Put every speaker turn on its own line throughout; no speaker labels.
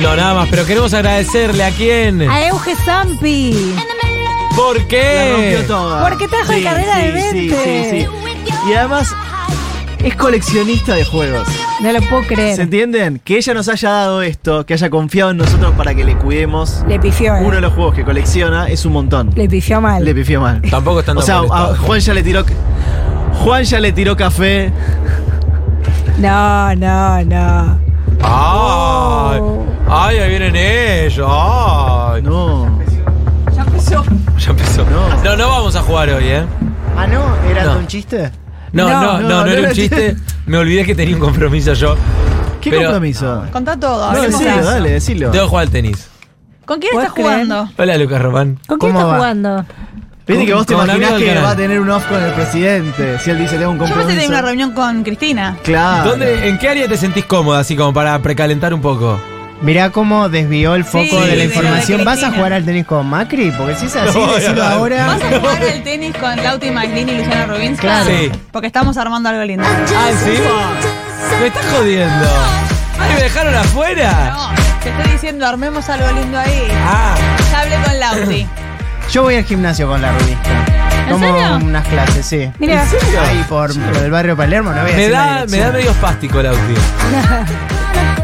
No, nada más, pero queremos agradecerle a quién.
A Euge Zampi.
¿Por
La rompió
qué?
toda.
Porque trajo el carrera de mente.
sí, sí. Y además es coleccionista de juegos.
No lo puedo
¿Se
creer.
entienden? Que ella nos haya dado esto, que haya confiado en nosotros para que le cuidemos.
Le pifió. eh.
Uno de los juegos que colecciona es un montón.
Le pifió mal.
Le pifió mal.
Tampoco están
O
tan
sea, a
molestados.
Juan ya le tiró. Juan ya le tiró café.
No, no, no.
Ay, ay, ahí vienen ellos. Ay.
No.
Ya empezó.
No.
No, no vamos a jugar hoy, ¿eh?
Ah, no, era
No.
un chiste.
No,
No,
no, no, no,
no, no
era
lo
un chiste. Me olvidé que tenía un compromiso yo.
¿Qué
Pero-
compromiso?
Contá todo.
No,
hablemos
decilo,
de eso.
dale, decilo.
Debo jugar al tenis.
¿Con quién
¿Puedes
estás jugando?
Hola, Lucas Román.
¿Con quién
¿Cómo
está
va?
jugando?
Viste que vos te
Con amigos
imaginás
del
que
canal.
va a tener un off con el presidente. Si él dice, tengo un
Yo
compromiso.
pensé que tenía una reunión con Cristina.
Claro.
¿Dónde, ¿En qué área te sentís cómoda, así como para precalentar un poco?
Mirá cómo desvió el foco
Sí,
de
de
la
lo
información.
de
¿Vas a
Cristina.
jugar al tenis con Macri? Porque si es así,
No,
decilo
no, no.
ahora.
¿Vas a jugar al tenis con Lauti Maglini y Luciana Rubins?
Claro.
Sí.
Porque estamos armando algo lindo.
Ah, ¿sí? Me estás jodiendo. Ay, ¿me dejaron afuera?
No, te estoy diciendo, armemos algo lindo ahí.
Ah,
Ya hablé con Lauti.
Yo voy al gimnasio con la revista.
¿En
Tomo
serio?
unas clases, sí.
Mira,
Ahí por, por el barrio Palermo, no voy a
me
decir la
da, me da
dirección.
medio espástico el audio.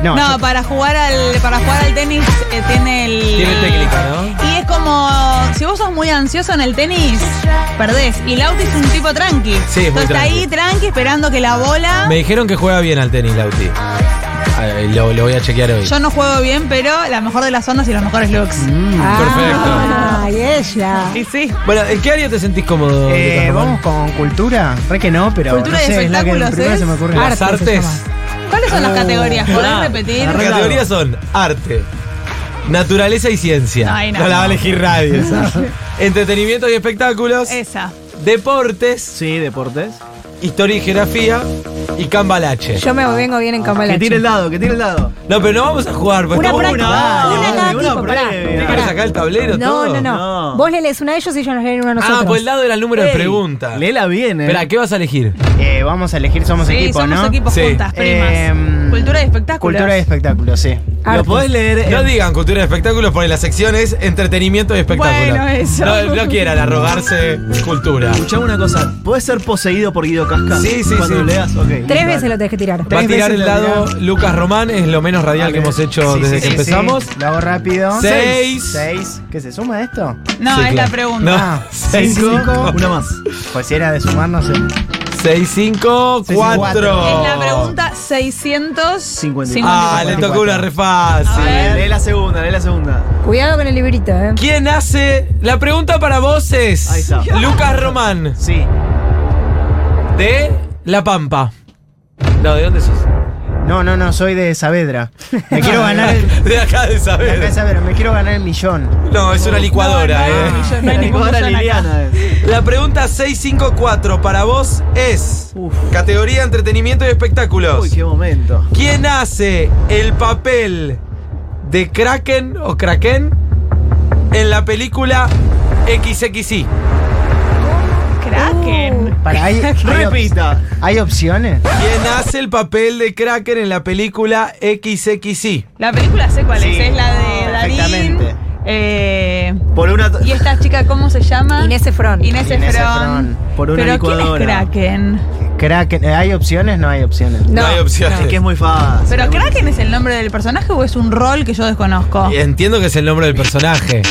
No,
No,
yo-
para jugar al para jugar al tenis eh, tiene el
Tiene técnica, ¿no?
Y es como si vos sos muy ansioso en el tenis, perdés. Y Lauti es un tipo tranqui.
Sí, es muy
Entonces está
tranqui.
ahí tranqui esperando que la bola.
Me dijeron que juega bien al tenis, Lauti. Ay, Lo, lo voy a chequear hoy.
Yo no juego bien, pero la mejor de las ondas y los mejores looks.
Mm,
Perfecto.
Ay, ella.
Y sí.
Bueno, ¿en qué área te sentís cómodo?
eh,
Lucas Román?
vamos con cultura. Re que no, pero
Cultura
no
y
sé, es la que
espectáculos, ¿eh?
primero
¿es?
se me ocurre.
Las
Arte se
artes.
llama.
¿Cuáles son las categorías? ¿Podés repetir?
Las categorías son arte, naturaleza y ciencia.
Ay, no.
la va a elegir radio esa. Entretenimiento y espectáculos,
Esa.
deportes,
Sí, deportes.
historia y geografía y cambalache.
Yo me vengo bien en
Que tire
Cambalache.
el dado, que tire el dado.
No, pero no vamos a jugar. Pues
Una
estamos-
práctica.
dale,
Una cada
una
tipo, pará.
¿Te
previa.
pará.
querés sacar el tablero
No,
todo?
no, no.
No.
Vos le lees uno a ellos y ellos nos leen uno a nosotros.
Ah, pues el lado era el número de
Ey,
pregunta.
Léela bien, eh.
Espera, ¿qué vas a elegir?
Eh, vamos a elegir Somos
Sí,
Equipo,
somos
¿no?
equipos
Sí.
juntas, primas.
Em,
Cultura y espectáculos.
Cultura y espectáculos, sí.
Arte.
Lo podés leer. eh, en-
No digan cultura y espectáculos porque la sección es entretenimiento y espectáculo.
Bueno, eso.
No, no quieran arrogarse cultura.
Escuchame una cosa. ¿Puedes ser poseído por Guido Casca?
Sí, sí,
Cuando
sí.
leas, ok.
Tres veces lo tenés que tirar.
Va a
Tres
tirar
veces
el
la
dado
tirada.
Lucas Román, es lo menos radial que hemos hecho
Sí,
desde que
sí, sí, sí.
empezamos.
Lo hago rápido.
Seis.
Seis. ¿Qué se suma esto?
No,
Sí,
es la
claro.
pregunta.
No. Seis,
Cinco.
cinco.
Una más.
Pues si era de eh. sumar, no sé.
6, 5,
Seis,
4.
cuatro.
Es la pregunta 650.
Ah, le tocó una re fácil.
A ver.
Lee la segunda, lee la segunda.
Cuidado con el librito, eh.
¿Quién hace? La pregunta para vos es
Ahí está.
Lucas Román,
Sí.
de La Pampa. No, ¿de dónde sos?
No, no, no, soy de Saavedra. Me quiero ganar el.
De acá de
de acá de
saber.
Saavedra, me quiero ganar el millón.
No, es una licuadora, eh.
Ah, No hay
La
ningún
licuadora
millón acá.
Liliana es.
La pregunta 654 para vos es
Uf.
categoría entretenimiento y espectáculos.
Uy, qué momento.
¿Quién hace el papel de Kraken o Kraken en la película XXI?
Kraken.
Para ahí.
Repita.
¿Hay opciones?
¿Quién hace el papel de Kraken en la película XXI?
La película sé cuál es.
Sí.
Es la
Ah,
de Darín.
Perfectamente.
Eh,
Por una.
y esta chica, ¿cómo se llama?
Uh, Inés Efron.
Inés
Inés
Efron.
Efron.
Por una
Pero ¿quién es
licuadora.
Kraken?
Kraken. eh, ¿Hay opciones? No hay opciones.
No.
hay opciones.
Que es muy fácil.
¿Pero Kraken es el nombre del personaje o es un rol que yo desconozco?
Entiendo que es el nombre del personaje.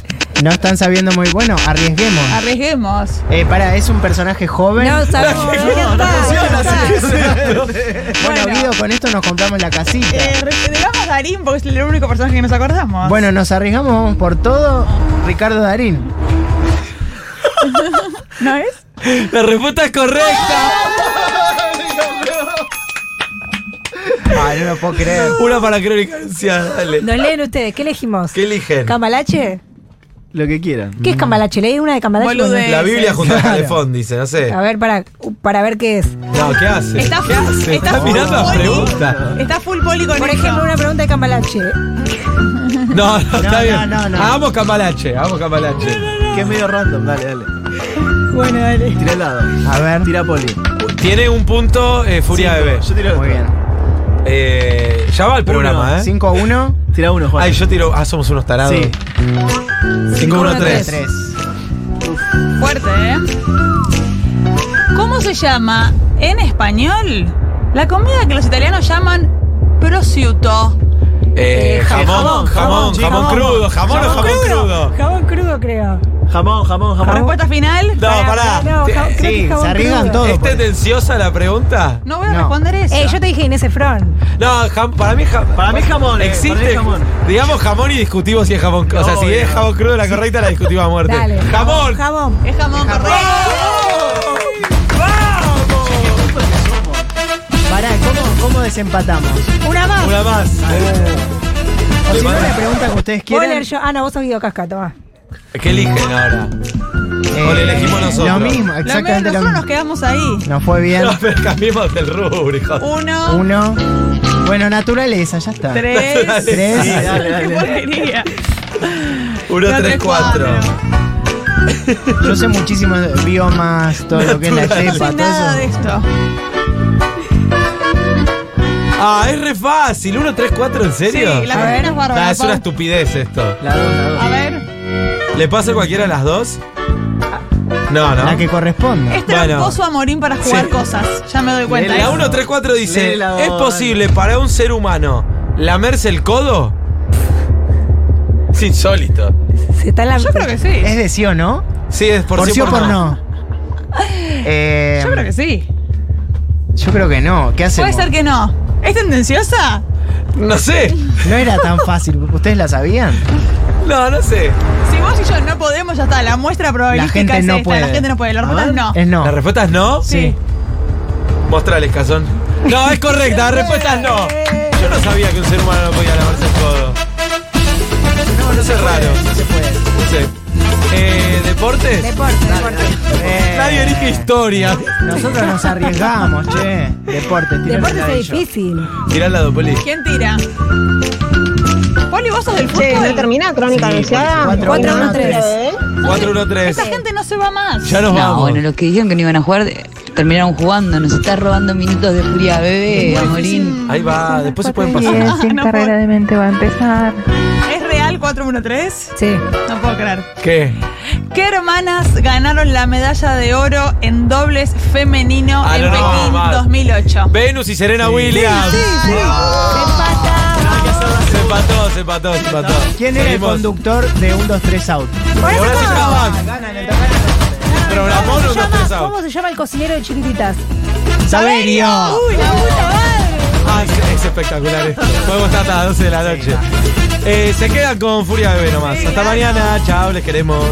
No están sabiendo muy bueno. Arriesguemos.
Arriesguemos.
Eh, para, es un personaje joven.
No sabemos.
No, no funciona,
bueno,
bueno.
Guido, con esto nos compramos la casita.
Eh, re- digamos Darín porque es el único personaje que nos acordamos.
Bueno, nos arriesgamos, vamos por todo. Ricardo Darín.
¿No es?
La respuesta es correcta.
Ah, no lo puedo creer.
Una para Crónica Anciana, dale.
Nos leen ustedes, ¿qué elegimos?
¿Qué eligen?
¿Cambalache?
Lo que quieran.
¿Qué es Cambalache? Leí una de Cambalache.
Boludez.
La Biblia junto al
Claro.
telefón, dice, no sé.
A ver, para, para ver qué es.
No, ¿qué hace?
Está
¿Qué
full-
hace?
está
Está
full
mirando las
boli.
preguntas.
Está full poli con
Por
eso.
ejemplo, una pregunta de Cambalache.
No, no, está
no,
bien.
no, no.
Hagamos cambalache, hagamos cambalache.
Que es medio random. Dale, dale.
Bueno, dale.
Tira el dado.
A ver.
Tira poli.
Tiene un punto eh, Furia Bebé.
Yo tiro
Muy bien.
Eh, ya va el programa, ¿eh?
5 a 1.
Tira uno, Juan.
Ay, yo tiro. Ah, somos unos tarados.
Sí.
5-1-3.
3.
Fuerte, ¿eh? ¿Cómo se llama en español la comida que los italianos llaman prosciutto?
Eh, jamón, jamón, jamón,
jamón,
jamón crudo. Jamón o jamón crudo.
Jabón crudo, creo.
Jamón, jamón, jamón.
Respuesta final.
No, pará.
No,
Te-
ja- creo que
sí,
jabón
se arriesgan
crudo.
todo.
¿Es tendenciosa la pregunta?
No voy a
No.
responder eso.
Eh, yo te dije Inés Efron.
No, jam- para mí jamón.
Para mí jamón, eh,
Existe.
para mí jamón.
Digamos jamón y discutimos si es jamón. O sea, si
Obvio.
es jamón crudo, la correcta la discutimos a muerte.
Dale.
¡Jamón!
Jabón.
Es jamón, correcto.
Pará, ¿cómo, cómo desempatamos?
Una más.
Una más. Eh,
O si no, la pregunta que ustedes
Voy a
quieran.
leer yo. Ah, no, vos sos Guido Casca, toma.
¿Qué eligen ahora?
eh,
o la elegimos nosotros.
Lo mismo, exactamente lo
nosotros
mismo.
nos quedamos ahí.
Nos fue bien.
No, pero cambiemos del rubro, hijo.
Uno,
Uno. Bueno, naturaleza, ya está.
tres.
Tres.
Sí, dale,
Qué
dale.
porquería.
1,
No,
3,
tres,
4.
Yo sé muchísimos biomas, todo lo que es la
No sé
yepa, todo
nada de
eso.
esto.
Ah, es re fácil. 1, 3, 4, ¿en serio?
Sí, la
A ver.
primera es bárbara.
Ah, es una
Pau.
estupidez esto.
La dos, la dos.
A ver,
¿Le pasa a cualquiera de las dos? No, no.
La que corresponde.
es tramposo a morir para jugar
Sí.
cosas. Ya me doy cuenta.
La
¿eh?
Eso.
134 dice,
Léela vos.
¿es posible para un ser humano lamerse el codo? Es insólito.
Se está en la.
Yo creo que sí.
¿Es de sí o no?
Sí, es por,
¿Por sí o por no? Eh,
Yo creo que sí.
yo creo que no. ¿Qué
Puede
hacemos?
ser que no. ¿Es tendenciosa?
No sé.
No era tan fácil. ¿Ustedes la sabían?
No, no sé.
Si vos y yo no podemos, ya está. La muestra probabilística
gente
es
no
esta. La
puede. Eh.
gente no puede. La respuesta
Ah.
es no.
Es no.
¿La respuesta es no?
Sí.
Mostrales, cazón. No, es correcta. La respuesta es no. Yo no sabía que un ser humano no podía lavarse el codo. No, no es raro.
No se puede.
No sé. Eh, ¿Deportes?
Deporte, deporte.
Eh,
Nadie elige historia.
Nosotros nos arriesgamos, che. Deporte, tira
Deporte es difícil.
Mirá la dopoli.
¿Quién tira? Poli, vos sos del fútbol.
no termina crónica anunciada.
Cuatro,
Cuatro,
uno,
uno, tres.
tres.
4-1-3.
Esta gente no se va más.
Ya nos
No,
vamos.
bueno, los que dijeron que no iban a jugar eh, terminaron jugando. Nos está robando minutos de furia, bebé, amorín.
Ahí va. Después se pueden pasar.
Bien, sin
Ah, No
carrera
puedo.
de mente va a empezar.
¿Es real 413?
Sí.
No puedo creer.
¿Qué?
¿Qué hermanas ganaron la medalla de oro en dobles femenino
Ah,
en
no, no,
Pekín
mal.
2008?
Venus y Serena Williams. Se empató, se empató, se empató.
¿Quién era el
Seguimos.
conductor de 1, 2, 3 out?
Y ahora se acaban. Programó
¿Cómo
los
se,
dos tres
llama,
out.
¿Cómo se llama el cocinero de chiquititas?
¡Saberio!
¡Uy, la puta madre!
Ah, es, es espectacular esto. Podemos estar hasta las 12 de la noche. Eh, se quedan con Furia Bebé nomás. Hasta mañana. Chao, les queremos.